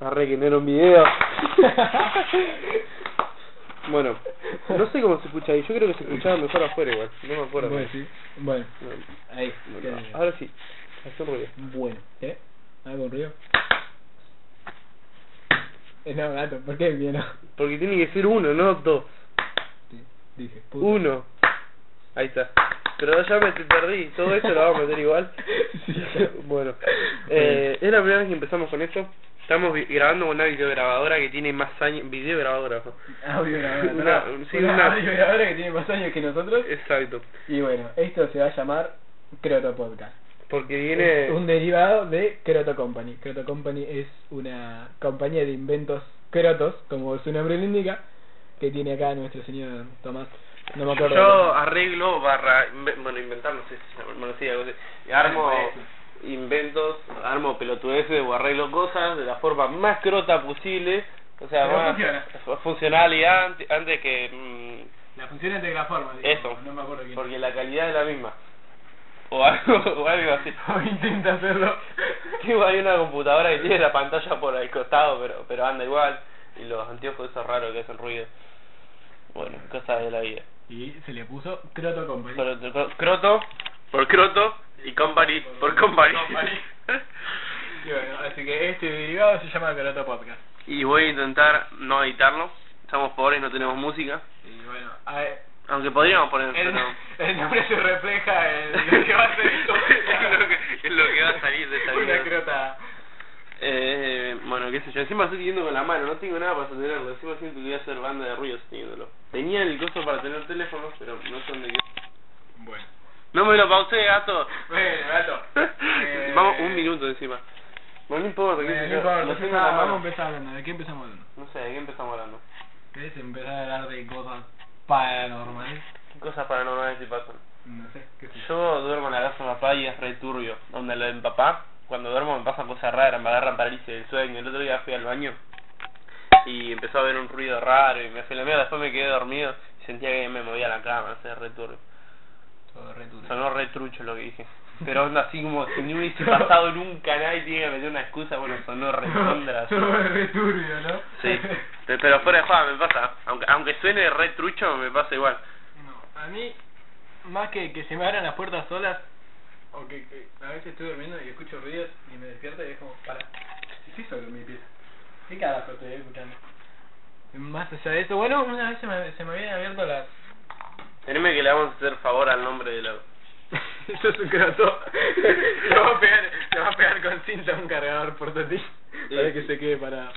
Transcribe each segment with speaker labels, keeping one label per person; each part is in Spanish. Speaker 1: Arre un video. bueno, no sé cómo se escucha ahí. Yo creo que se escuchaba mejor afuera igual. No me acuerdo.
Speaker 2: Bueno, sí. Bueno,
Speaker 1: Bueno,
Speaker 2: ahí.
Speaker 1: bueno,
Speaker 2: queda.
Speaker 1: ahora sí. Hace un ruido.
Speaker 2: Bueno, ¿eh? ¿Algo ruido? Eh, no, gato, ¿por qué bien? No.
Speaker 1: Porque tiene que ser uno, no dos.
Speaker 2: Sí, Dije, puta.
Speaker 1: Uno. Ahí está. Pero ya me te perdí. Todo eso lo vamos a meter igual.
Speaker 2: Sí, ya.
Speaker 1: bueno, eh, es la primera vez que empezamos con esto. Estamos vi- grabando con una videograbadora que tiene más años. Videograbadora. ¿no?
Speaker 2: Audio grabadora.
Speaker 1: Una-
Speaker 2: ¿no?
Speaker 1: sí,
Speaker 2: Una
Speaker 1: una-
Speaker 2: audio grabadora que tiene más años que nosotros.
Speaker 1: Exacto.
Speaker 2: Y bueno, esto se va a llamar Croto Podcast.
Speaker 1: Porque
Speaker 2: Es un
Speaker 1: viene.
Speaker 2: derivado de Croto Company. Croto Company es una compañía de inventos crotos, como su nombre lo indica, que tiene acá nuestro señor Tomás. No me acuerdo.
Speaker 1: Yo arreglo barra. inve- Bueno, inventar, no sé si se llama, bueno, sí, algo así. Armo inventos, armo pelotudeces o arreglo cosas de la forma más crota posible. O sea,
Speaker 2: Pero
Speaker 1: más
Speaker 2: funciona.
Speaker 1: funcionalidad ante- antes que. mm,
Speaker 2: La función es de la forma.
Speaker 1: Eso, porque la calidad es la misma. O algo, o algo así.
Speaker 2: Intenta hacerlo.
Speaker 1: Tipo, hay una computadora que tiene la pantalla por el costado, pero pero anda igual. Y los anteojos esos raros que hacen ruido. Bueno, cosas de la vida.
Speaker 2: Y se le puso Croto Company.
Speaker 1: Por otro- cro- croto, por croto, y company, por company.
Speaker 2: Company. Y bueno, así que este derivado se llama Croto Podcast.
Speaker 1: y voy a intentar no editarlo. Somos pobres, no tenemos música.
Speaker 2: Y bueno, a-
Speaker 1: Aunque podríamos poner...
Speaker 2: el,
Speaker 1: pero-
Speaker 2: el nombre se refleja en lo que va a ser esto.
Speaker 1: En lo que- en lo que va a salir de esta
Speaker 2: Una
Speaker 1: vida.
Speaker 2: crota.
Speaker 1: Eh, bueno, qué sé yo, encima estoy siguiendo con la mano, no tengo nada para sostenerlo, encima siento que voy a hacer banda de ruido sosteniéndolo. Tenía el coso para tener teléfono, pero no sé dónde quedó.
Speaker 2: Bueno.
Speaker 1: No me lo pausé, gato.
Speaker 2: Bueno, gato. Eh,
Speaker 1: Vamos un minuto encima. Bueno, no importa, qué sé
Speaker 2: Bueno,
Speaker 1: yo,
Speaker 2: no
Speaker 1: lo
Speaker 2: importa,
Speaker 1: tengo en la
Speaker 2: vamos a
Speaker 1: mano.
Speaker 2: empezar hablando. ¿De qué empezamos hablando?
Speaker 1: No sé, ¿de qué empezamos hablando?
Speaker 2: ¿Querés empezar a hablar de cosas paranormales?
Speaker 1: ¿Qué cosas paranormales te pasan?
Speaker 2: No sé, qué sé yo.
Speaker 1: Yo duermo en la casa de papá y es re turbio. Donde lo de mi papá, cuando duermo me pasan cosas raras, me agarran parálisis del sueño. El otro día fui al baño y empezó a haber un ruido raro y me fui a la mierda. Después me quedé dormido y sentía que me movía la cama, es re turbio.
Speaker 2: Todo re turbio.
Speaker 1: Sonó re trucho lo que dije. Pero onda así como si no hubiese pasado nunca nada y tiene que meter una excusa, bueno, sonó re tundra.
Speaker 2: Todo re turbio, ¿no?
Speaker 1: Sí, Pe- pero fuera de juego me pasa. Aunque, aunque suene re trucho, me pasa igual.
Speaker 2: No, a mí, más que que se me abran las puertas solas, o que, que a veces estoy durmiendo y escucho ruidos y me despierto y es como, para, estoy solo en mi pieza. ¿Qué carajo estoy escuchando? Más allá de eso, bueno, una vez se me, se me habían abierto las...
Speaker 1: Teneme que le vamos a hacer favor al nombre de la...
Speaker 2: Eso es un croto. lo va a pegar, lo va a pegar con cinta a un cargador portátil
Speaker 1: Sí.
Speaker 2: para que se quede parado.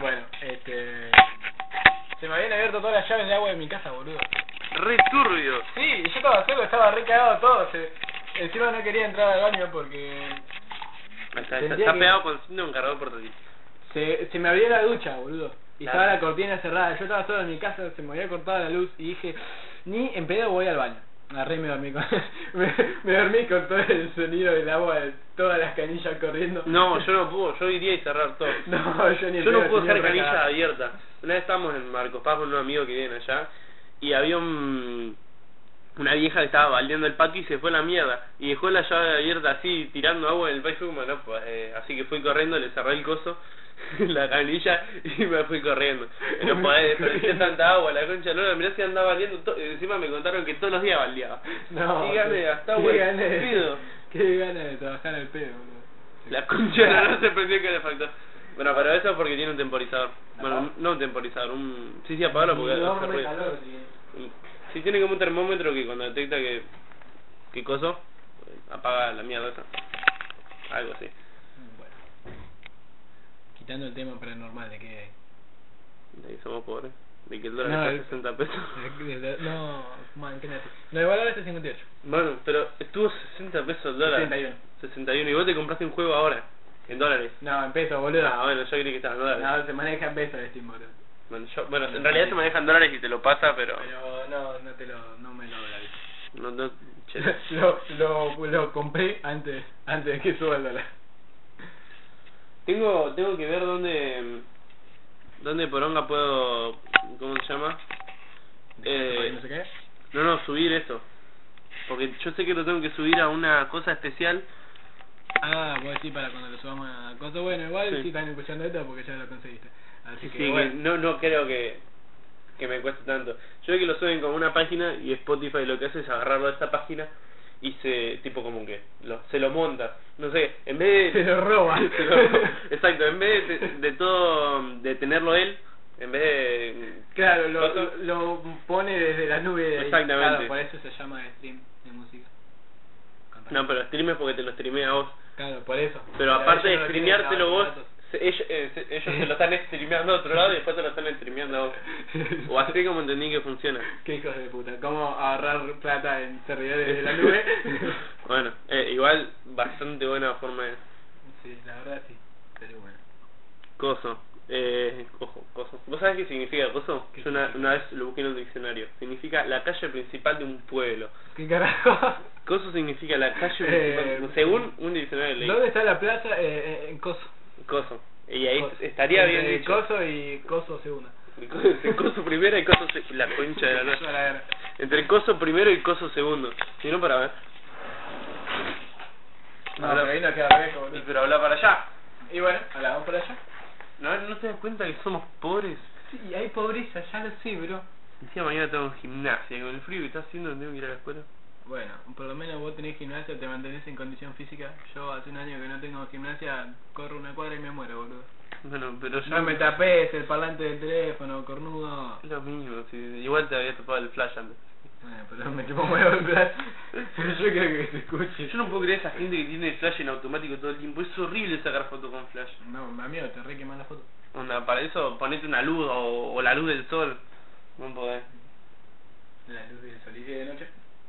Speaker 2: Bueno, este... Se me habían abierto todas las llaves de agua de mi casa, boludo.
Speaker 1: Re turbio.
Speaker 2: Sí, y yo estaba solo, estaba re cagado todo. se- Encima no quería entrar al baño porque
Speaker 1: Está, está-
Speaker 2: Tendría
Speaker 1: está
Speaker 2: que-
Speaker 1: pegado con cinta un cargador portátil.
Speaker 2: se, se me abrió la ducha, boludo. Y
Speaker 1: Claro.
Speaker 2: estaba la cortina cerrada. Yo estaba solo en mi casa, se me había cortado la luz y dije, ni en pedo voy al baño. Agarré y me dormí con, me, me dormí con todo el sonido del agua, de todas las canillas corriendo.
Speaker 1: No, yo no puedo, yo iría y cerrar todo.
Speaker 2: No, yo ni en
Speaker 1: yo no
Speaker 2: pedo,
Speaker 1: puedo
Speaker 2: tenía
Speaker 1: dejar
Speaker 2: otra
Speaker 1: canillas
Speaker 2: cagada.
Speaker 1: abiertas. Una vez estábamos en Marcos Paz con un amigo que viene allá y había un, una vieja que estaba baldeando el patio y se fue a la mierda y dejó la llave abierta así tirando agua en el país fue como no, pues, eh, así que fui corriendo, le cerré el coso la canilla y me fui corriendo. No podés desperdiciar tanta agua, la concha no, la mirá si andaba baldeando, to- encima me contaron que todos los días baldeaba.
Speaker 2: No.
Speaker 1: Qué gana de gastar,
Speaker 2: qué
Speaker 1: güey,
Speaker 2: gana de-
Speaker 1: pido.
Speaker 2: Qué gana de trabajar al pedo, boludo.
Speaker 1: La concha de la no se prendió que le faltó. Bueno, pero eso es porque tiene un temporizador. Bueno, no un temporizador, un... Sí, sí, apagalo porque
Speaker 2: Enorme
Speaker 1: hace ruido.
Speaker 2: calor, sí.
Speaker 1: Sí, tiene como un termómetro que cuando detecta que... ¿Qué coso? Apaga la mierda esa. Algo así.
Speaker 2: Bueno. Quitando el tema paranormal de que...
Speaker 1: De que somos pobres. De que el
Speaker 2: No,
Speaker 1: dólar
Speaker 2: el-
Speaker 1: está a 60 pesos.
Speaker 2: de- de- No, man, qué nati. No, el valor es de 58.
Speaker 1: Bueno, pero estuvo 60 pesos el dólar.
Speaker 2: 61.
Speaker 1: 61. Y vos te compraste un juego ahora. En dólares.
Speaker 2: No, en pesos, boludo.
Speaker 1: Ah, bueno, yo creí que estaba en dólares.
Speaker 2: No, se maneja en este pesos el Steam, boludo.
Speaker 1: Bueno, yo- bueno, en realidad se manejan dólares y te lo pasa, pero...
Speaker 2: Pero no, no te lo, no me lo dolarizo.
Speaker 1: No, no... che.
Speaker 2: lo, lo, lo compré antes, antes de que suba el dólar.
Speaker 1: Tengo, tengo que ver dónde dónde poronga puedo ¿cómo se llama? Eh,
Speaker 2: no sé qué.
Speaker 1: No, no, subir eso. Porque yo sé que lo tengo que subir a una cosa especial
Speaker 2: Ah, pues así para cuando lo subamos a cosas. Bueno, igual
Speaker 1: Sí.
Speaker 2: si están escuchando esto porque ya lo conseguiste. Así
Speaker 1: Sí,
Speaker 2: que
Speaker 1: que
Speaker 2: bueno.
Speaker 1: no, no creo que, que me cueste tanto. Yo veo que lo suben como una página y Spotify lo que hace es agarrarlo a esta página y se, tipo como que, lo, se lo monta. No sé, en vez de...
Speaker 2: Se lo roba.
Speaker 1: se lo roba. Exacto, en vez de, de todo, de tenerlo él, en vez de...
Speaker 2: Claro, lo, lo, lo pone desde la nube de ahí.
Speaker 1: Exactamente.
Speaker 2: Claro, por eso se llama stream de música. Capaz.
Speaker 1: No, pero stream es porque te lo streamea a vos.
Speaker 2: Claro, por eso.
Speaker 1: Pero aparte de
Speaker 2: ellos no tienen
Speaker 1: streameártelo vos,
Speaker 2: datos.
Speaker 1: se- ellos, eh, se- ellos se lo están streameando a otro lado y después te lo están streameando a vos. O así como entendí que funciona.
Speaker 2: Qué hijos de puta. ¿Cómo ahorrar plata en servidores de Eh, la nube?
Speaker 1: bueno, eh, igual bastante buena forma de
Speaker 2: sí, la verdad sí. Pero bueno.
Speaker 1: coso. Eh, cojo, coso. ¿Vos sabés qué significa coso?
Speaker 2: ¿Qué
Speaker 1: Yo una,
Speaker 2: significa?
Speaker 1: una vez lo busqué en un diccionario. Significa la calle principal de un pueblo.
Speaker 2: ¿Qué carajo?
Speaker 1: Coso significa la calle
Speaker 2: Eh,
Speaker 1: principal. Según un diccionario leí.
Speaker 2: ¿Dónde está la plaza? Eh, eh, en Coso.
Speaker 1: Coso. Y ahí
Speaker 2: Coso.
Speaker 1: estaría bien
Speaker 2: Entre
Speaker 1: dicho.
Speaker 2: Coso y Coso segunda.
Speaker 1: Coso, primera y coso se- la concha de la
Speaker 2: Coso
Speaker 1: noche.
Speaker 2: a la verga.
Speaker 1: Entre el coso primero y el coso segundo. Si no, para ver.
Speaker 2: No,
Speaker 1: Habla-
Speaker 2: pero ahí no queda rejo,
Speaker 1: Y
Speaker 2: boludo.
Speaker 1: pero habla para allá.
Speaker 2: Y bueno, hablamos por allá.
Speaker 1: ¿No, ¿No te das cuenta que somos pobres?
Speaker 2: Sí, hay pobreza, ya lo sé, bro.
Speaker 1: Decía mañana tengo gimnasia. y Con el frío que está haciendo, tengo que ir a la escuela.
Speaker 2: Bueno, por lo menos vos tenés gimnasia, te mantenés en condición física. Yo hace un año que no tengo gimnasia, corro una cuadra y me muero, boludo.
Speaker 1: Bueno, pero yo.
Speaker 2: No me tapes el parlante del teléfono, cornudo.
Speaker 1: Es lo mismo. si- Igual te había tapado el flash antes.
Speaker 2: Bueno, pero me chupo un huevo en plan. Yo quiero que se escuche.
Speaker 1: Yo no puedo creer esa gente que tiene el flash en automático todo el tiempo. Es horrible sacar fotos con flash.
Speaker 2: No, mami, te re queman la foto.
Speaker 1: Onda, para eso ponete una luz o, o la luz del sol. No podés.
Speaker 2: La luz del sol y de noche.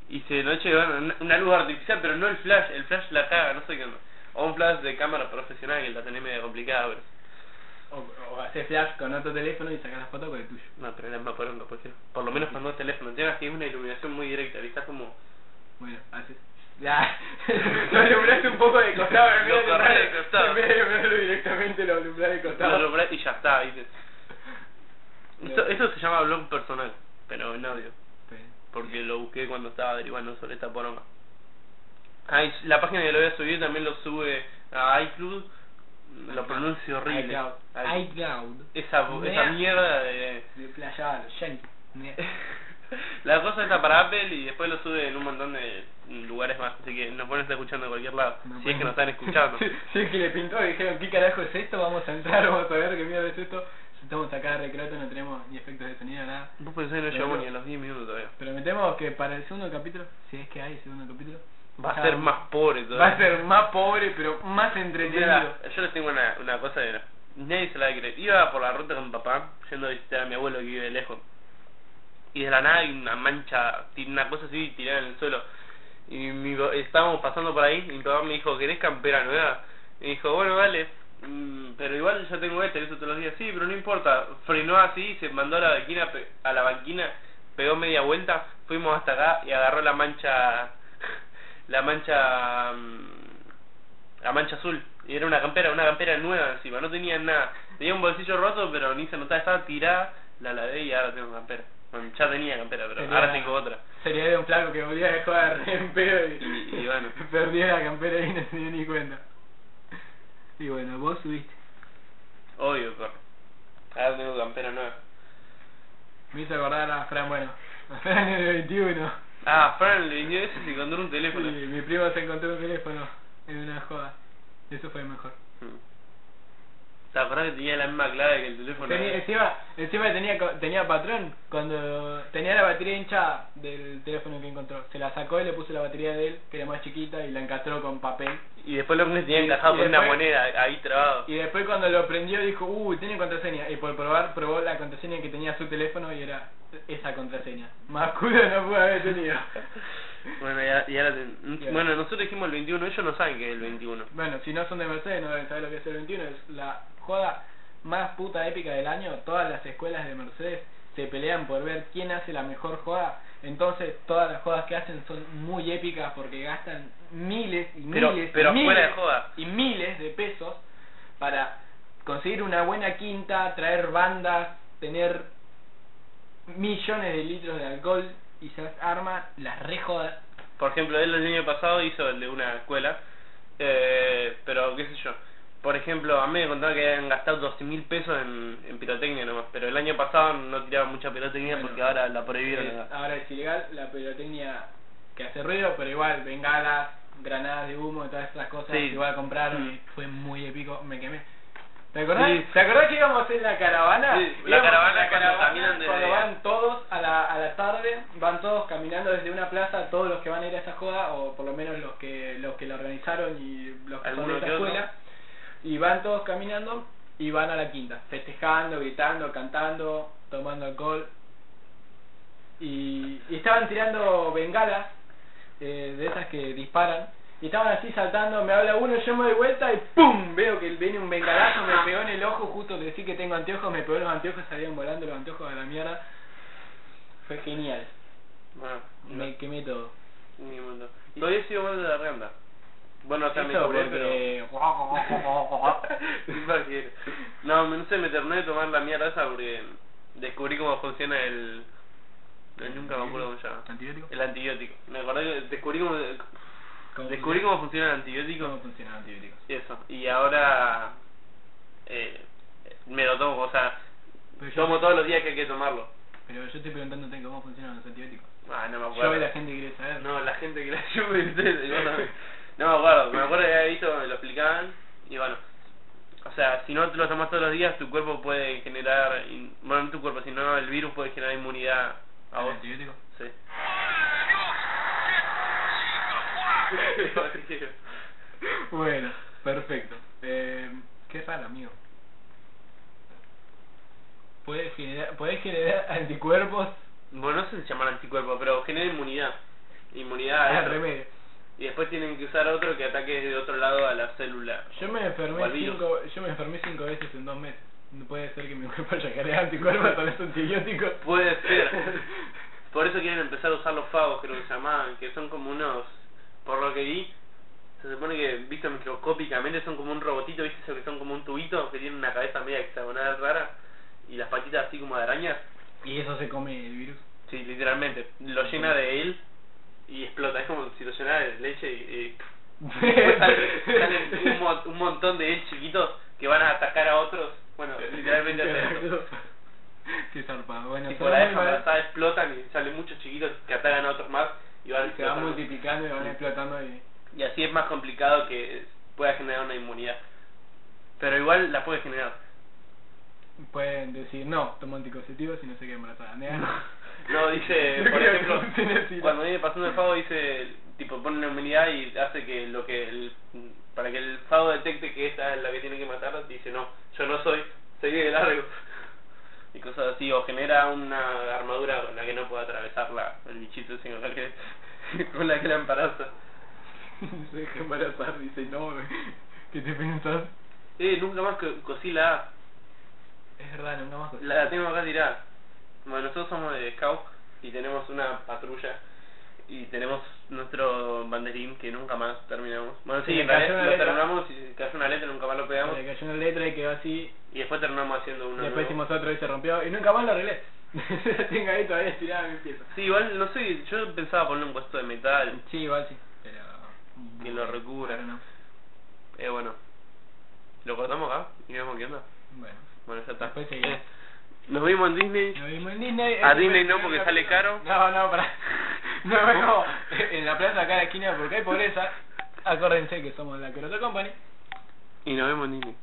Speaker 1: Y se lo eche bueno, una- una luz artificial, pero no el flash, el flash la caga, no sé qué. onda. O un flash de cámara profesional que la tenés medio complicada, pero.
Speaker 2: O, o haces flash con otro teléfono y sacas la foto con el tuyo.
Speaker 1: No, pero es más poronga, porque por lo menos con dos teléfonos. Tengas que es una iluminación muy directa, que estás como.
Speaker 2: Bueno, haces. Ya. lo alumbraste un poco de costado en vez de
Speaker 1: Lo corré de
Speaker 2: alumbrarlo-
Speaker 1: costado.
Speaker 2: En vez de alumbrarlo directamente, lo alumbrar de
Speaker 1: lo
Speaker 2: costado.
Speaker 1: alumbrás y ya está, ¿viste? Esto, esto se llama blog personal, pero en audio, porque lo busqué cuando estaba averiguando sobre esta poronga. Ah, y la página que lo voy a subir también lo sube a iCloud, lo pronuncio horrible.
Speaker 2: iCloud.
Speaker 1: Ay-
Speaker 2: iCloud.
Speaker 1: Esa, esa
Speaker 2: Mea.
Speaker 1: mierda de.
Speaker 2: De playa, los yankees.
Speaker 1: La cosa está para Apple y después lo sube en un montón de lugares más, así que nos pueden estar escuchando de cualquier lado, si
Speaker 2: No
Speaker 1: es que
Speaker 2: pueden-
Speaker 1: nos están escuchando.
Speaker 2: si es que le pintó y dijeron, ¿qué carajo es esto? Vamos a entrar, vamos a ver qué mierda es esto. Estamos acá de recreato, no tenemos ni efectos de sonido, nada.
Speaker 1: Vos pensás que no llevamos ni a los 10 minutos todavía.
Speaker 2: Prometemos que para el segundo capítulo, si es que hay segundo capítulo,
Speaker 1: Va
Speaker 2: ya-
Speaker 1: a ser más pobre
Speaker 2: Va
Speaker 1: todavía.
Speaker 2: a ser más pobre, pero más entretenido.
Speaker 1: Mira, yo les tengo una, una cosa de... Nadie se la va a creer. Iba por la ruta con mi papá, yendo a visitar a mi abuelo que vive lejos. Y de la nada hay una mancha, ti- una cosa así tirada en el suelo. Y mi pa- estábamos pasando por ahí y mi papá me dijo, ¿querés campera nueva? Y dijo, bueno, vale. Mm, Pero igual yo tengo esta, que uso todos los días. Sí, pero no importa. Frenó así, se mandó a la banquina, pe- a la banquina pegó media vuelta, fuimos hasta acá y agarró la mancha... La mancha... mm, la mancha azul. Y era una campera, una campera nueva encima, no tenía nada. Tenía un bolsillo roto, pero ni se notaba, estaba tirada, la lavé y ahora tengo campera. Bueno, ya tenía campera, pero
Speaker 2: Tenía-
Speaker 1: ahora tengo otra.
Speaker 2: Sería de un flaco que volvía a jugar en pedo y,
Speaker 1: Y- y bueno.
Speaker 2: perdía la campera y no se dio ni cuenta. Y bueno, vos subiste.
Speaker 1: Obvio, corre. Ahora tengo campera nueva.
Speaker 2: Me hizo acordar a Fran Bueno. A Fran en el 21.
Speaker 1: Ah, Fran le dio eso y se encontró un
Speaker 2: Y
Speaker 1: teléfono.
Speaker 2: mi primo se encontró un teléfono en una joda. Eso fue mejor.
Speaker 1: Mm. ¿Te acordás que tenía la misma clave que el teléfono?
Speaker 2: Tenía, encima, encima tenía co- tenía patrón cuando tenía la batería hinchada del teléfono que encontró. Se la sacó y le puso la batería de él, que era más chiquita, y la encastró con papel.
Speaker 1: Y después lo que tenía
Speaker 2: Y-
Speaker 1: encajado
Speaker 2: y
Speaker 1: con una
Speaker 2: después-
Speaker 1: moneda ahí trabado.
Speaker 2: Y después cuando lo prendió dijo, uy, tiene contraseña. Y por probar, probó la contraseña que tenía su teléfono y era esa contraseña. Más culo no pudo haber tenido.
Speaker 1: Bueno, ya, ya la ten-
Speaker 2: Ya.
Speaker 1: bueno, nosotros dijimos el 21, ellos no saben que es el 21.
Speaker 2: Bueno, si no son de Mercedes no deben saber lo que es el 21. Es la joda más puta épica del año. Todas las escuelas de Mercedes se pelean por ver quién hace la mejor joda. Entonces todas las jodas que hacen son muy épicas porque gastan miles y
Speaker 1: Pero-
Speaker 2: miles, y
Speaker 1: pero
Speaker 2: miles
Speaker 1: fuera de joda.
Speaker 2: y miles de pesos para conseguir una buena quinta, traer bandas, tener millones de litros de alcohol y se arma las rejodas.
Speaker 1: Por ejemplo, él el año pasado hizo el de una escuela, eh, pero o qué sé yo. Por ejemplo, a mí me contaban que habían gastado 12 mil pesos en, en pirotecnia nomás, pero el año pasado no tiraban mucha pirotecnia
Speaker 2: Bueno.
Speaker 1: porque ahora la prohibieron.
Speaker 2: Eh, ahora es ilegal la pirotecnia que hace ruido, pero igual, bengalas, granadas de humo y todas esas cosas,
Speaker 1: Sí.
Speaker 2: igual compraron y
Speaker 1: Mm.
Speaker 2: fue muy épico, me quemé. ¿Te acordás?
Speaker 1: Sí.
Speaker 2: ¿Te acordás que íbamos en la caravana?
Speaker 1: Sí,
Speaker 2: Íbamos
Speaker 1: la
Speaker 2: en
Speaker 1: caravana
Speaker 2: la
Speaker 1: cuando
Speaker 2: caravana,
Speaker 1: caminan desde-
Speaker 2: cuando van todos a la, a la tarde, van todos caminando desde una plaza, todos los que van a ir a esa joda, o por lo menos los que los que la organizaron y los que son
Speaker 1: Alguno
Speaker 2: de esa
Speaker 1: que otro.
Speaker 2: escuela, y van todos caminando y van a la quinta, festejando, gritando, cantando, tomando alcohol, y, y estaban tirando bengalas eh, de esas que disparan y estaban así saltando me habla uno yo me doy vuelta y pum veo que viene un bengalazo me pegó en el ojo justo que decir que tengo anteojos me pegó en los anteojos salían volando los anteojos de la mierda fue genial
Speaker 1: Bueno,
Speaker 2: me quemé todo
Speaker 1: no, Ah, ni mundo. Todavía sigo mal de la renta. Bueno, o sea, me
Speaker 2: Eso
Speaker 1: cobré,
Speaker 2: porque-
Speaker 1: pero... Imagino. no, me- no sé, me terminé de tomar la mierda esa porque descubrí cómo funciona el... no, nunca me acuerdo cómo se llama.
Speaker 2: antibiótico
Speaker 1: El antibiótico. Me acordé que descubrí cómo,
Speaker 2: ¿Cómo
Speaker 1: descubrí
Speaker 2: funciona?
Speaker 1: cómo funciona el antibiótico.
Speaker 2: cómo funcionan los antibióticos
Speaker 1: Y eso. Y ahora eh, me lo tomo, o sea,
Speaker 2: Pero yo-
Speaker 1: tomo todos los días que hay que tomarlo.
Speaker 2: pero yo estoy preguntándote cómo funcionan los antibióticos
Speaker 1: Ah, no me
Speaker 2: yo
Speaker 1: acuerdo.
Speaker 2: y la gente quiere saber
Speaker 1: No, la gente que la sube, ¿viste? Yo no, no me acuerdo, me acuerdo que había visto, me lo explicaban y bueno. O sea, si no te lo tomas todos los días, tu cuerpo puede generar, in- bueno, no tu cuerpo, sino el virus puede generar inmunidad a
Speaker 2: ¿Al
Speaker 1: vos.
Speaker 2: antibiótico?
Speaker 1: Sí.
Speaker 2: bueno perfecto eh, qué raro amigo puedes generar puedes generar anticuerpos
Speaker 1: bueno, no sé si llaman anticuerpo, pero genera inmunidad. Inmunidad a
Speaker 2: Ah, al
Speaker 1: eso.
Speaker 2: remedio
Speaker 1: Y después tienen que usar otro que ataque de otro lado a la célula.
Speaker 2: Yo me
Speaker 1: O al
Speaker 2: enfermé
Speaker 1: virus.
Speaker 2: cinco, yo me enfermé cinco veces en dos meses. No puede ser que mi cuerpo haya creado anticuerpos con esos antibióticos.
Speaker 1: Puede ser. Por eso quieren empezar a usar los fagos, creo que se llamaban, que son como unos, por lo que vi, se supone que visto microscópicamente son como un robotito, viste eso que son como un tubito, que tienen una cabeza media hexagonal rara y las patitas así como de araña.
Speaker 2: y eso se come el virus.
Speaker 1: Sí, literalmente, lo llena de él y explota, es como si lo llenara de leche y... y después sale- salen un, mo- un montón de él chiquitos que van a atacar a otros. Bueno, literalmente hacen eso.
Speaker 2: Qué zarpado. Bueno,
Speaker 1: Tipo,
Speaker 2: son
Speaker 1: la
Speaker 2: muy
Speaker 1: dejan
Speaker 2: mal-
Speaker 1: embarazada, explotan y salen muchos chiquitos que atacan a otros más y van
Speaker 2: se van
Speaker 1: explotando.
Speaker 2: multiplicando y van explotando y
Speaker 1: Y así es más complicado que pueda generar una inmunidad. Pero igual la puede generar.
Speaker 2: pueden decir, no, tomo anticonceptivos y no se queda embarazada.
Speaker 1: No, dice,
Speaker 2: No
Speaker 1: por
Speaker 2: creo que
Speaker 1: ejemplo,
Speaker 2: funcione así, ¿no?
Speaker 1: cuando viene pasando el fago dice, tipo, pone una inmunidad y hace que lo que el, para que el fago detecte que esta es la que tiene que matar, dice, no, yo no soy, soy de largo. Y cosas así, o genera una armadura con la que no pueda atravesarla el bichito, sino la que, con la que la embaraza.
Speaker 2: se deja embarazar, dice, no, ¿qué te pensás?
Speaker 1: Eh, nunca más co- cosí la A.
Speaker 2: Es verdad, nunca más cosas.
Speaker 1: La tengo acá tirada. Bueno, nosotros somos de Scout y tenemos una patrulla y tenemos nuestro banderín que nunca más terminamos. Bueno, sí,
Speaker 2: Se le
Speaker 1: en
Speaker 2: cayó
Speaker 1: realidad
Speaker 2: una
Speaker 1: lo
Speaker 2: letra.
Speaker 1: terminamos y se cayó una letra y nunca más lo pegamos.
Speaker 2: Le cayó una letra y quedó así
Speaker 1: Y después terminamos haciendo uno
Speaker 2: Después
Speaker 1: nuevo.
Speaker 2: hicimos otro y se rompió y nunca más lo arreglé. Tengo ahí todavía estirada mi pieza.
Speaker 1: Sí, igual, no sé, yo pensaba poner un puesto de metal,
Speaker 2: Sí, igual sí. Pero.
Speaker 1: Que lo recubra.
Speaker 2: Pero no.
Speaker 1: eh, bueno. ¿Lo cortamos acá? ¿Y vemos qué onda?
Speaker 2: Bueno.
Speaker 1: Bueno, ya está.
Speaker 2: Después seguimos.
Speaker 1: Eh, nos vimos en Disney.
Speaker 2: Nos vimos en Disney.
Speaker 1: A
Speaker 2: Este
Speaker 1: Disney
Speaker 2: fue el
Speaker 1: no,
Speaker 2: primer
Speaker 1: porque
Speaker 2: capítulo.
Speaker 1: sale caro.
Speaker 2: No, no, para. No, no. En la plaza acá en la esquina porque hay pobreza. Acuérdense que somos la Crota Company.
Speaker 1: Y nos vemos en Disney.